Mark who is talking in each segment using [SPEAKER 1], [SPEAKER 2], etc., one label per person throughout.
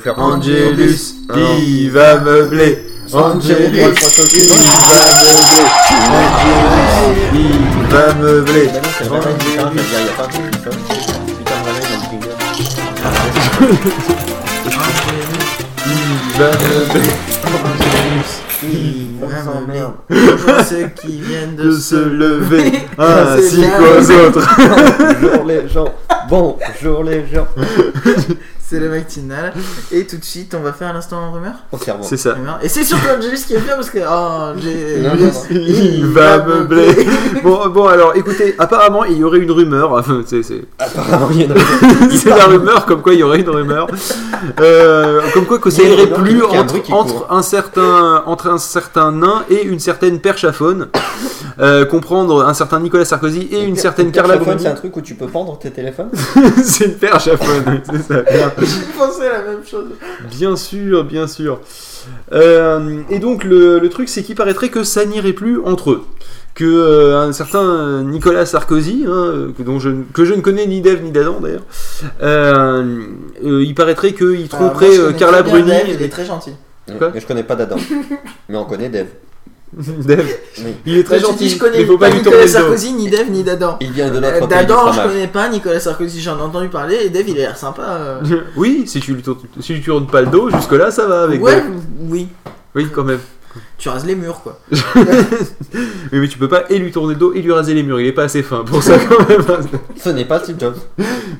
[SPEAKER 1] faire
[SPEAKER 2] Angelus, il va meubler. Angelus, il va meubler. Angelus, il va meubler.
[SPEAKER 1] Bah non, c'est vraiment une guitare, ça veut dire, y a pas un truc qui sonne. Putain, vraiment, dans le jingle.
[SPEAKER 2] Il va meubler.
[SPEAKER 1] Il va meubler.
[SPEAKER 3] ceux qui viennent
[SPEAKER 2] De se lever
[SPEAKER 1] Ah, c'est
[SPEAKER 2] ainsi
[SPEAKER 1] bien.
[SPEAKER 2] qu'aux autres.
[SPEAKER 1] Bonjour les gens. Bonjour les gens.
[SPEAKER 3] C'est le matinal. Et tout de suite, on va faire l'instant rumeur.
[SPEAKER 1] Au cerveau.
[SPEAKER 2] C'est ça.
[SPEAKER 3] Rumeur. Et c'est surtout Angelus qui est bien parce que. Oh, j'ai.
[SPEAKER 1] Non, non, non.
[SPEAKER 2] Il va meubler. Bon, bon, alors écoutez, apparemment il y aurait une rumeur. Enfin, c'est- c'est
[SPEAKER 1] Apparemment, il y en a.
[SPEAKER 2] c'est la rumeur comme quoi il y aurait une rumeur Euh, comme quoi que ça
[SPEAKER 1] Il y a une
[SPEAKER 2] irait
[SPEAKER 1] rumeur
[SPEAKER 2] plus
[SPEAKER 1] qui- qu'il y a un
[SPEAKER 2] entre,
[SPEAKER 1] bruit qui court.
[SPEAKER 2] entre un certain entre un certain nain et une certaine perchafaune euh, comprendre un certain Nicolas Sarkozy et une certaine Carla
[SPEAKER 1] Téléphone,
[SPEAKER 2] Bruni
[SPEAKER 1] C'est un truc où tu peux pendre tes téléphones
[SPEAKER 2] c'est une perchafaune oui, c'est ça bien,
[SPEAKER 3] J'ai pensé à la même chose.
[SPEAKER 2] bien sûr bien sûr Euh, et donc le, le truc c'est qu'il paraîtrait que ça n'irait plus entre eux que euh, un certain Nicolas Sarkozy, hein, euh, que, dont je, ne- que je ne connais ni d'Ève ni d'Adam d'ailleurs, euh, euh, il paraîtrait qu'il tromperait
[SPEAKER 3] Après,
[SPEAKER 2] euh, Carla Bruni.
[SPEAKER 3] Il est très gentil.
[SPEAKER 2] Quoi
[SPEAKER 1] Mais je connais pas d'Adam. Mais on connaît Dev.
[SPEAKER 2] Dev.
[SPEAKER 1] Oui.
[SPEAKER 2] Il est très
[SPEAKER 3] Bah, tu
[SPEAKER 2] gentil,
[SPEAKER 3] dis, je connais
[SPEAKER 2] mais faut
[SPEAKER 3] pas,
[SPEAKER 2] pas lui
[SPEAKER 3] Nicolas
[SPEAKER 2] tomber le dos.
[SPEAKER 3] Sarkozy, ni Dev, ni Dadan.
[SPEAKER 1] Il vient de
[SPEAKER 3] Euh,
[SPEAKER 1] notre pays du
[SPEAKER 3] Dadan, je
[SPEAKER 1] fromage.
[SPEAKER 3] connais pas. Nicolas Sarkozy, j'en ai entendu parler. Et Dev, il a l'air sympa. euh.
[SPEAKER 2] Oui, si tu lui tournes, si tu lui tournes pas le dos, jusque là ça va avec
[SPEAKER 3] Ouais,
[SPEAKER 2] Dev.
[SPEAKER 3] oui.
[SPEAKER 2] Oui, quand même.
[SPEAKER 3] Tu rases les murs, quoi.
[SPEAKER 2] Mais, mais tu peux pas et lui tourner le dos et lui raser les murs. Il est pas assez fin pour ça quand même.
[SPEAKER 1] Ce n'est pas Steve Jobs.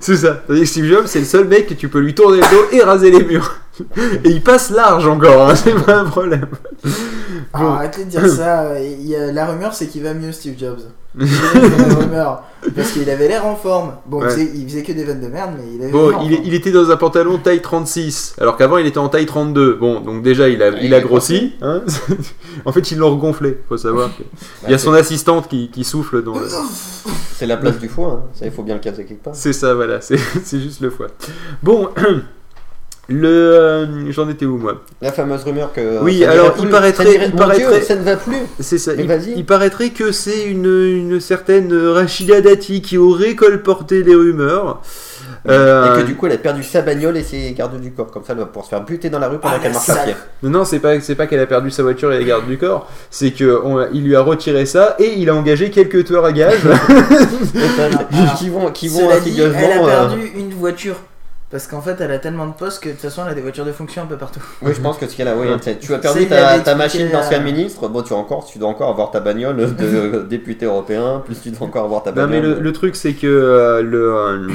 [SPEAKER 2] C'est ça. Tandis que Steve Jobs, c'est le seul mec que tu peux lui tourner le dos et raser les murs. Et il passe large encore. hein, c'est pas un problème.
[SPEAKER 3] Ah,
[SPEAKER 2] Bon.
[SPEAKER 3] arrêtez de dire ça. Il y a- La rumeur, c'est qu'il va mieux, Steve Jobs. C'est la rumeur. Parce qu'il avait l'air en forme. Bon,
[SPEAKER 2] Ouais.
[SPEAKER 3] il, faisait, il faisait que des vannes de merde, mais il avait l'air
[SPEAKER 2] Bon,
[SPEAKER 3] en
[SPEAKER 2] il, est-
[SPEAKER 3] forme.
[SPEAKER 2] il était dans un pantalon taille 36, alors qu'avant il était en taille 32. Bon, donc déjà il a,
[SPEAKER 1] Ouais,
[SPEAKER 2] il
[SPEAKER 1] il
[SPEAKER 2] a
[SPEAKER 1] est
[SPEAKER 2] grossi. hein. en fait, ils l'ont regonflé, faut savoir. que- Il y a son assistante qui, qui souffle dans le...
[SPEAKER 1] Bah, C'est la place du foie. hein. Ça, il faut bien le caser quelque part.
[SPEAKER 2] C'est ça, voilà, c'est c'est juste le foie. Bon, le. euh, J'en étais où, moi
[SPEAKER 1] La fameuse rumeur que. euh,
[SPEAKER 2] Oui,
[SPEAKER 1] ça n'irait
[SPEAKER 2] alors, il
[SPEAKER 1] plus.
[SPEAKER 2] paraîtrait-
[SPEAKER 1] Ça n'irait-
[SPEAKER 2] il
[SPEAKER 1] Mon
[SPEAKER 2] paraîtrait-
[SPEAKER 1] Dieu, ça ne va plus.
[SPEAKER 2] C'est ça.
[SPEAKER 1] Mais
[SPEAKER 2] Il,
[SPEAKER 1] vas-y.
[SPEAKER 2] il paraîtrait que c'est une, une certaine Rachida Dati qui aurait colporté les rumeurs. Euh,
[SPEAKER 1] Et que du coup, elle a perdu sa bagnole et ses gardes du corps. Comme ça, elle va pouvoir se faire buter dans la rue pendant
[SPEAKER 3] Ah,
[SPEAKER 1] qu'elle
[SPEAKER 3] la
[SPEAKER 1] marche à
[SPEAKER 3] sale.
[SPEAKER 1] pied.
[SPEAKER 2] Non, non, c'est pas, c'est pas qu'elle a perdu sa voiture et les gardes du corps, c'est qu'il lui a retiré ça et il a engagé quelques tueurs à gages.
[SPEAKER 3] Ah.
[SPEAKER 1] qui vont, qui vont
[SPEAKER 3] Cela dit,
[SPEAKER 1] insidieusement.
[SPEAKER 3] elle a
[SPEAKER 1] euh,
[SPEAKER 3] perdu une voiture. Parce qu'en fait, elle a tellement de postes que de toute façon, elle a des voitures de fonction un peu partout.
[SPEAKER 1] Oui, je pense que ce qu'elle a, oui,
[SPEAKER 2] Ouais.
[SPEAKER 1] tu sais, tu as
[SPEAKER 3] C'est
[SPEAKER 1] perdu
[SPEAKER 3] qu'elle
[SPEAKER 1] ta,
[SPEAKER 3] avait euh,
[SPEAKER 1] ta
[SPEAKER 3] expliqué
[SPEAKER 1] machine
[SPEAKER 3] à-
[SPEAKER 1] d'ancien ministre. Bon, tu, as encore, tu dois encore avoir ta bagnole de député européen, plus tu dois encore avoir ta
[SPEAKER 2] Non mais
[SPEAKER 1] bagnole.
[SPEAKER 2] le, le truc c'est que euh, le, euh,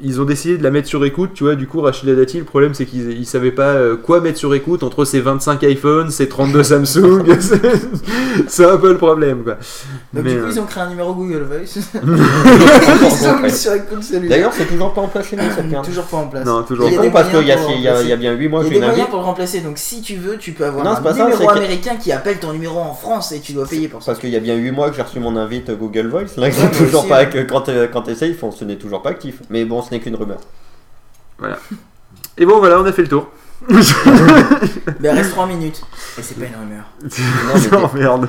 [SPEAKER 2] ils ont décidé de la mettre sur écoute, tu vois, du coup Rachida Dati, le problème c'est qu'ils ils savaient pas euh, quoi mettre sur écoute entre ses 25 iPhones, ses 32 Samsung, c'est- c'est un peu le problème quoi.
[SPEAKER 3] Donc,
[SPEAKER 2] Mais,
[SPEAKER 3] du coup,
[SPEAKER 2] euh,
[SPEAKER 3] ils ont créé un numéro Google Voice. ils ont
[SPEAKER 1] de.
[SPEAKER 3] mis sur écoute celui-là.
[SPEAKER 1] D'ailleurs, c'est toujours pas en place chez nous, cette merde.
[SPEAKER 3] toujours pas en place.
[SPEAKER 2] Non, toujours
[SPEAKER 3] Il y a
[SPEAKER 2] pas.
[SPEAKER 3] des
[SPEAKER 1] Non, parce qu'il y, a-
[SPEAKER 3] moyens pour
[SPEAKER 1] il y a- il y a bien 8 mois,
[SPEAKER 3] Il y
[SPEAKER 1] j'ai
[SPEAKER 3] a des
[SPEAKER 1] une invite.
[SPEAKER 3] moyens pour le remplacer, donc si tu veux, tu peux avoir
[SPEAKER 1] Non, c'est
[SPEAKER 3] un
[SPEAKER 1] pas ça, c'est
[SPEAKER 3] numéro
[SPEAKER 1] que-
[SPEAKER 3] américain qui appelle ton numéro en France et tu dois payer pour ça.
[SPEAKER 1] Parce qu'il y a bien 8 mois que j'ai reçu mon invite Google Voice, là, que
[SPEAKER 3] Ouais,
[SPEAKER 1] c'est
[SPEAKER 3] moi
[SPEAKER 1] toujours
[SPEAKER 3] aussi,
[SPEAKER 1] pas,
[SPEAKER 3] ouais.
[SPEAKER 1] que quand, euh, quand t'essayes, ils font, ce n'est toujours pas actif. Mais bon, ce n'est qu'une rumeur.
[SPEAKER 2] Et bon voilà, on a fait le tour.
[SPEAKER 3] Mais reste 3 minutes. Et c'est pas une rumeur.
[SPEAKER 1] Non, Ah, mais
[SPEAKER 2] Oh, merde.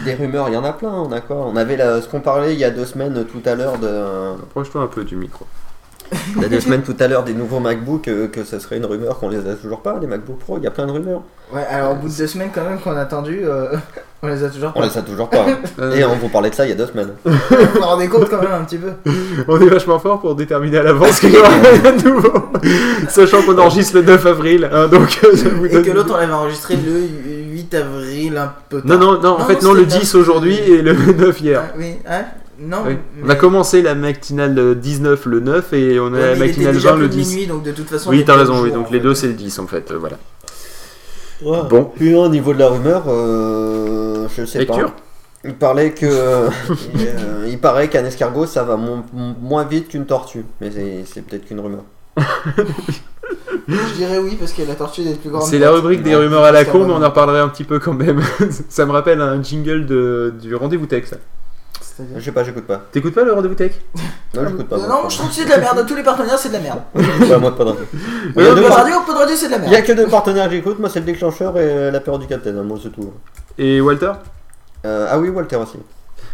[SPEAKER 1] des, des rumeurs, il y en a plein, on a quoi On avait la- ce qu'on parlait il y a deux semaines tout à l'heure de.
[SPEAKER 2] Approche-toi un peu du micro.
[SPEAKER 1] Il y a deux semaines tout à l'heure des nouveaux MacBook, euh, que ce serait une rumeur qu'on les a toujours pas, les MacBook Pro, il y a plein de rumeurs.
[SPEAKER 3] Ouais, alors au bout de deux semaines quand même qu'on a attendu, euh, on les a toujours
[SPEAKER 1] On
[SPEAKER 3] pas.
[SPEAKER 1] les a toujours pas. hein.
[SPEAKER 2] Euh,
[SPEAKER 1] Et on vous parlait de ça il y a deux semaines.
[SPEAKER 3] Vous vous rendez compte quand même un petit peu.
[SPEAKER 2] On est vachement fort pour déterminer à l'avance qu'il y aura rien de nouveau, sachant qu'on enregistre le 9 avril, hein, donc euh, ça vous
[SPEAKER 3] Et que
[SPEAKER 2] donne-
[SPEAKER 3] l'autre on l'avait enregistré le 8 avril un peu
[SPEAKER 2] Non,
[SPEAKER 3] tard.
[SPEAKER 2] non, non, en
[SPEAKER 3] Non,
[SPEAKER 2] fait,
[SPEAKER 3] non,
[SPEAKER 2] non, le
[SPEAKER 3] c'était
[SPEAKER 2] 10
[SPEAKER 3] neuf.
[SPEAKER 2] aujourd'hui et le 9 hier.
[SPEAKER 3] Ah, oui, hein Non.
[SPEAKER 2] Oui.
[SPEAKER 3] mais-
[SPEAKER 2] On a commencé la matinale euh, 19 le 9 et on a la
[SPEAKER 3] Ouais, mais il était
[SPEAKER 2] matinale
[SPEAKER 3] déjà
[SPEAKER 2] 20
[SPEAKER 3] plus
[SPEAKER 2] le
[SPEAKER 3] de
[SPEAKER 2] 10.
[SPEAKER 3] minuit, donc de toute façon. on
[SPEAKER 2] Oui,
[SPEAKER 3] était
[SPEAKER 2] t'as
[SPEAKER 3] au
[SPEAKER 2] raison, oui,
[SPEAKER 3] jour,
[SPEAKER 2] donc
[SPEAKER 3] en
[SPEAKER 2] les
[SPEAKER 3] fait.
[SPEAKER 2] deux c'est le 10 en fait, euh, voilà.
[SPEAKER 1] Bon. Puis au niveau de la rumeur, euh, je sais
[SPEAKER 2] Lecture
[SPEAKER 1] pas. Il parlait que. euh, euh, il paraît qu'un escargot ça va mon- mon- moins vite qu'une tortue. Mais c'est- c'est peut-être qu'une rumeur.
[SPEAKER 3] Je dirais oui parce que la tortue est plus grande.
[SPEAKER 2] C'est la rubrique des
[SPEAKER 3] Ouais,
[SPEAKER 2] rumeurs à la
[SPEAKER 3] c'est
[SPEAKER 2] con,
[SPEAKER 3] vrai.
[SPEAKER 2] mais on en reparlerait un petit peu quand même. ça me rappelle un jingle de, du rendez-vous tech, ça.
[SPEAKER 1] Je
[SPEAKER 3] C'est-à-dire-
[SPEAKER 1] sais pas, j'écoute pas.
[SPEAKER 2] T'écoutes pas le rendez-vous tech
[SPEAKER 1] Non, j'écoute
[SPEAKER 2] Ah,
[SPEAKER 1] pas.
[SPEAKER 3] Euh, Non,
[SPEAKER 1] moi.
[SPEAKER 3] je trouve que c'est de la merde. Tous les partenaires, c'est de la merde.
[SPEAKER 1] J'écoute pas, moi, pas non plus. Il y a
[SPEAKER 3] Au
[SPEAKER 1] deux
[SPEAKER 3] Pod
[SPEAKER 1] par-
[SPEAKER 3] Radio, au Pod Radio, c'est de la
[SPEAKER 1] il y a
[SPEAKER 3] merde.
[SPEAKER 1] que deux partenaires que j'écoute, moi c'est le déclencheur et la peur du capitaine, hein, moi c'est tout.
[SPEAKER 2] Et Walter
[SPEAKER 1] Euh, ah oui, Walter aussi.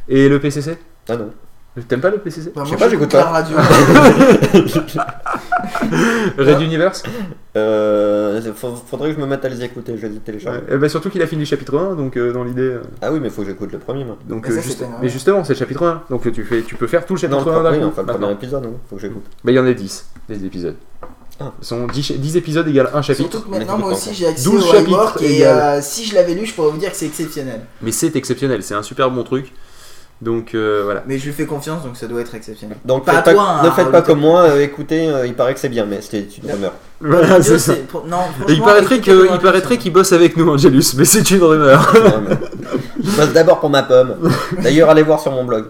[SPEAKER 2] Et le PCC
[SPEAKER 1] Ah non.
[SPEAKER 2] T'aimes pas le PCC
[SPEAKER 3] Bah,
[SPEAKER 1] Je
[SPEAKER 3] moi,
[SPEAKER 1] sais pas, j'écoute
[SPEAKER 3] la
[SPEAKER 1] pas.
[SPEAKER 3] radio.
[SPEAKER 2] Red Universe
[SPEAKER 1] Euh, faut- faudrait que je me mette à les écouter, je vais les télécharger.
[SPEAKER 2] Eh ben, Surtout qu'il a fini le chapitre 1, donc euh, dans l'idée. euh,
[SPEAKER 1] Ah oui, mais faut que j'écoute le premier. moi.
[SPEAKER 2] donc,
[SPEAKER 3] Mais Ah, ça,
[SPEAKER 2] euh, juste-
[SPEAKER 3] c'est un-
[SPEAKER 2] mais justement, c'est le chapitre 1, donc euh, tu, fais, tu peux faire tout le
[SPEAKER 1] Non,
[SPEAKER 2] chapitre
[SPEAKER 1] le
[SPEAKER 2] 1 d'un
[SPEAKER 1] premier,
[SPEAKER 2] coup,
[SPEAKER 1] enfin le premier
[SPEAKER 2] maintenant.
[SPEAKER 1] épisode, hein, faut que j'écoute.
[SPEAKER 2] Bah, il y en a 10, des épisodes.
[SPEAKER 1] Ah.
[SPEAKER 2] Ce sont 10, cha- 10 épisodes égale un chapitre,
[SPEAKER 3] Surtout que maintenant,
[SPEAKER 1] Mais
[SPEAKER 3] moi
[SPEAKER 1] écoute,
[SPEAKER 3] aussi, j'ai accès
[SPEAKER 2] 12
[SPEAKER 3] au Highwork
[SPEAKER 2] chapitres
[SPEAKER 3] et
[SPEAKER 2] égale.
[SPEAKER 3] euh, si je l'avais lu, je pourrais vous dire que c'est exceptionnel.
[SPEAKER 2] mais c'est exceptionnel, c'est un super bon truc. Donc euh, voilà.
[SPEAKER 3] Mais je lui fais confiance, donc ça doit être exceptionnel.
[SPEAKER 1] Donc
[SPEAKER 3] Pas
[SPEAKER 1] faites
[SPEAKER 3] à
[SPEAKER 1] pas-
[SPEAKER 3] toi,
[SPEAKER 1] ne
[SPEAKER 3] hein,
[SPEAKER 1] faites pas
[SPEAKER 3] Raoul.
[SPEAKER 1] comme moi, euh, écoutez, euh, il paraît que c'est bien, mais c'était une
[SPEAKER 3] Ouais.
[SPEAKER 1] rumeur.
[SPEAKER 2] Voilà,
[SPEAKER 3] Dieu,
[SPEAKER 2] Ah, c'est ça.
[SPEAKER 3] c'est- pour- non,
[SPEAKER 2] Et il
[SPEAKER 3] franchement,
[SPEAKER 2] paraîtrait
[SPEAKER 3] écoutez-le,
[SPEAKER 2] que-
[SPEAKER 3] Raoul,
[SPEAKER 2] il paraîtrait
[SPEAKER 3] ça-
[SPEAKER 2] qu'il bosse avec nous, Angelus, mais c'est une rumeur.
[SPEAKER 1] C'est une rumeur. Je bosse d'abord pour ma pomme. D'ailleurs, allez voir sur mon blog.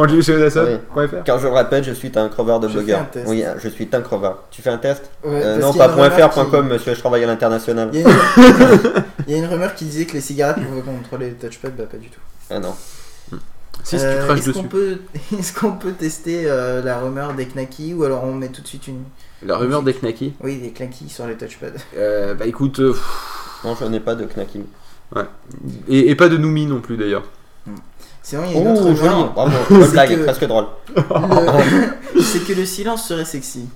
[SPEAKER 2] AngelusOdasson.fr
[SPEAKER 1] Car je le répète, je suis un crevard de
[SPEAKER 3] Je
[SPEAKER 1] blogueur.
[SPEAKER 3] fais un test.
[SPEAKER 1] Oui, hein, je suis un crevard. Tu fais un test
[SPEAKER 3] Ouais,
[SPEAKER 1] Euh,
[SPEAKER 3] parce
[SPEAKER 1] Non,
[SPEAKER 3] qu'il y a
[SPEAKER 1] pas
[SPEAKER 3] une
[SPEAKER 1] point
[SPEAKER 3] rumeur
[SPEAKER 1] .fr, point
[SPEAKER 3] qui-
[SPEAKER 1] .com, monsieur, je travaille à l'international.
[SPEAKER 3] Il y, a une... il y a une rumeur qui disait que les cigarettes pouvaient contrôler le touchpad, bah pas du tout.
[SPEAKER 1] Ah non.
[SPEAKER 2] Si, si tu
[SPEAKER 3] Euh,
[SPEAKER 2] craches
[SPEAKER 3] Est-ce qu'on
[SPEAKER 2] dessus.
[SPEAKER 3] peut... est-ce qu'on peut tester euh, la rumeur des knackis ou alors on met tout de suite une.
[SPEAKER 2] La rumeur des knackis.
[SPEAKER 3] Oui, des knackis sur les touchpads.
[SPEAKER 2] Euh, bah écoute, euh, pff,
[SPEAKER 1] Non, je n'ai pas de knacking.
[SPEAKER 2] et, et pas de Noumi non plus d'ailleurs.
[SPEAKER 3] Sinon, il y a une
[SPEAKER 1] Oh,
[SPEAKER 3] autre
[SPEAKER 1] joli
[SPEAKER 3] rumeur.
[SPEAKER 1] Bravo, bonne
[SPEAKER 3] C'est
[SPEAKER 1] blague,
[SPEAKER 3] que-
[SPEAKER 1] presque drôle.
[SPEAKER 3] Le- c'est que le silence serait sexy.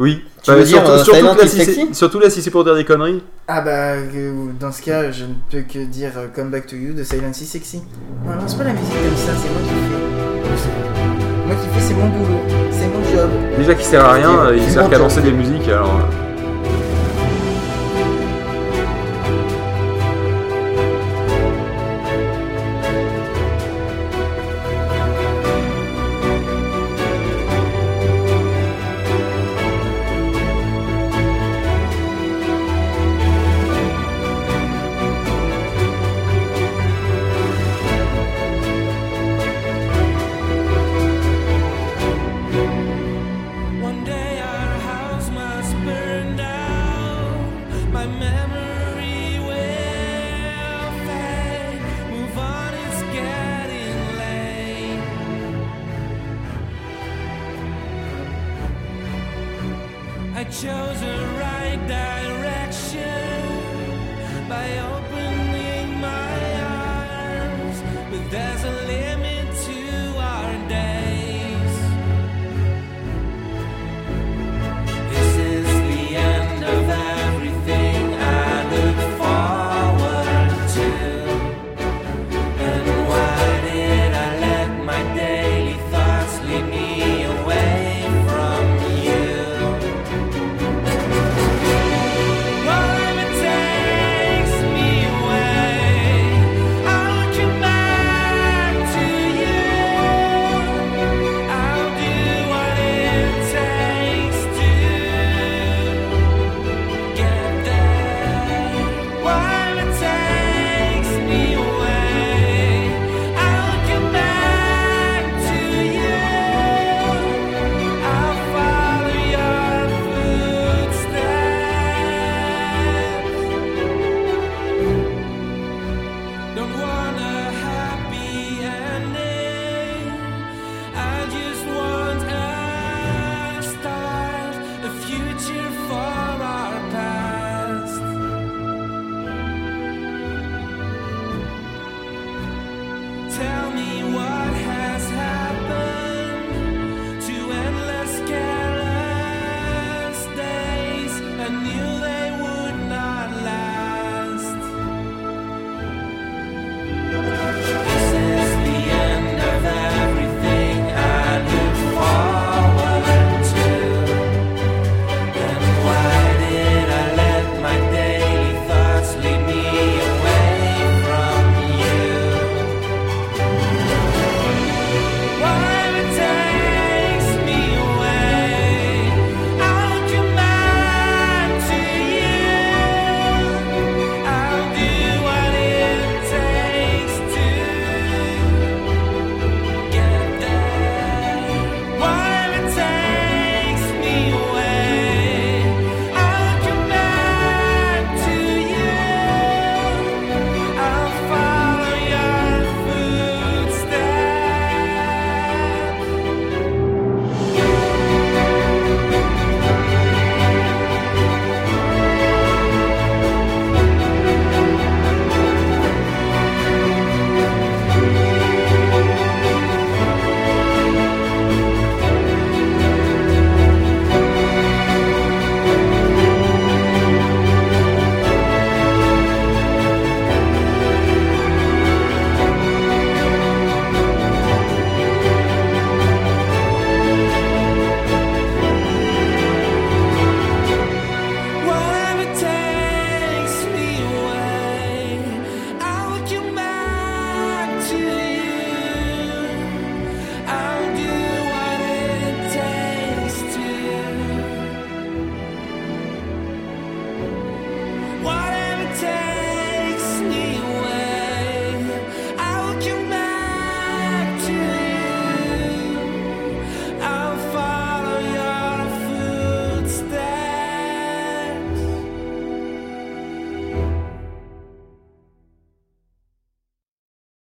[SPEAKER 2] Oui. Bah,
[SPEAKER 1] Tu veux dire,
[SPEAKER 2] surtout,
[SPEAKER 1] euh,
[SPEAKER 2] surtout
[SPEAKER 1] Silent
[SPEAKER 2] que là,
[SPEAKER 1] is
[SPEAKER 2] si
[SPEAKER 1] sexy
[SPEAKER 2] c'est- surtout là, si c'est pour dire des conneries.
[SPEAKER 3] Ah bah, euh, dans ce cas, je ne peux que dire euh, Come Back to You de Silent Sea Sexy. Non, lance pas la musique comme ça, c'est moi qui fais. Je sais. Moi qui fais, c'est mon boulot, c'est mon job.
[SPEAKER 2] Déjà qu'il sert à rien, euh, il
[SPEAKER 1] Tu
[SPEAKER 2] sert qu'à
[SPEAKER 1] montes-
[SPEAKER 2] lancer des musiques alors. euh,
[SPEAKER 4] One day our house must burn down. My memory will fade. Move on, it's getting late. I chose the right direction by opening my arms, but there's a limit to our days. This is the end of everything I look forward to. And why did I let my daily thoughts lead me away from you? Whatever it takes me away, I'll come back to you. I'll do what it takes to get there. Whatever takes me away, I'll come back to you. I'll follow your footsteps. Don't want a happy ending. I just want a start, a future for our past. Tell me what has happened to endless careless days. I knew that.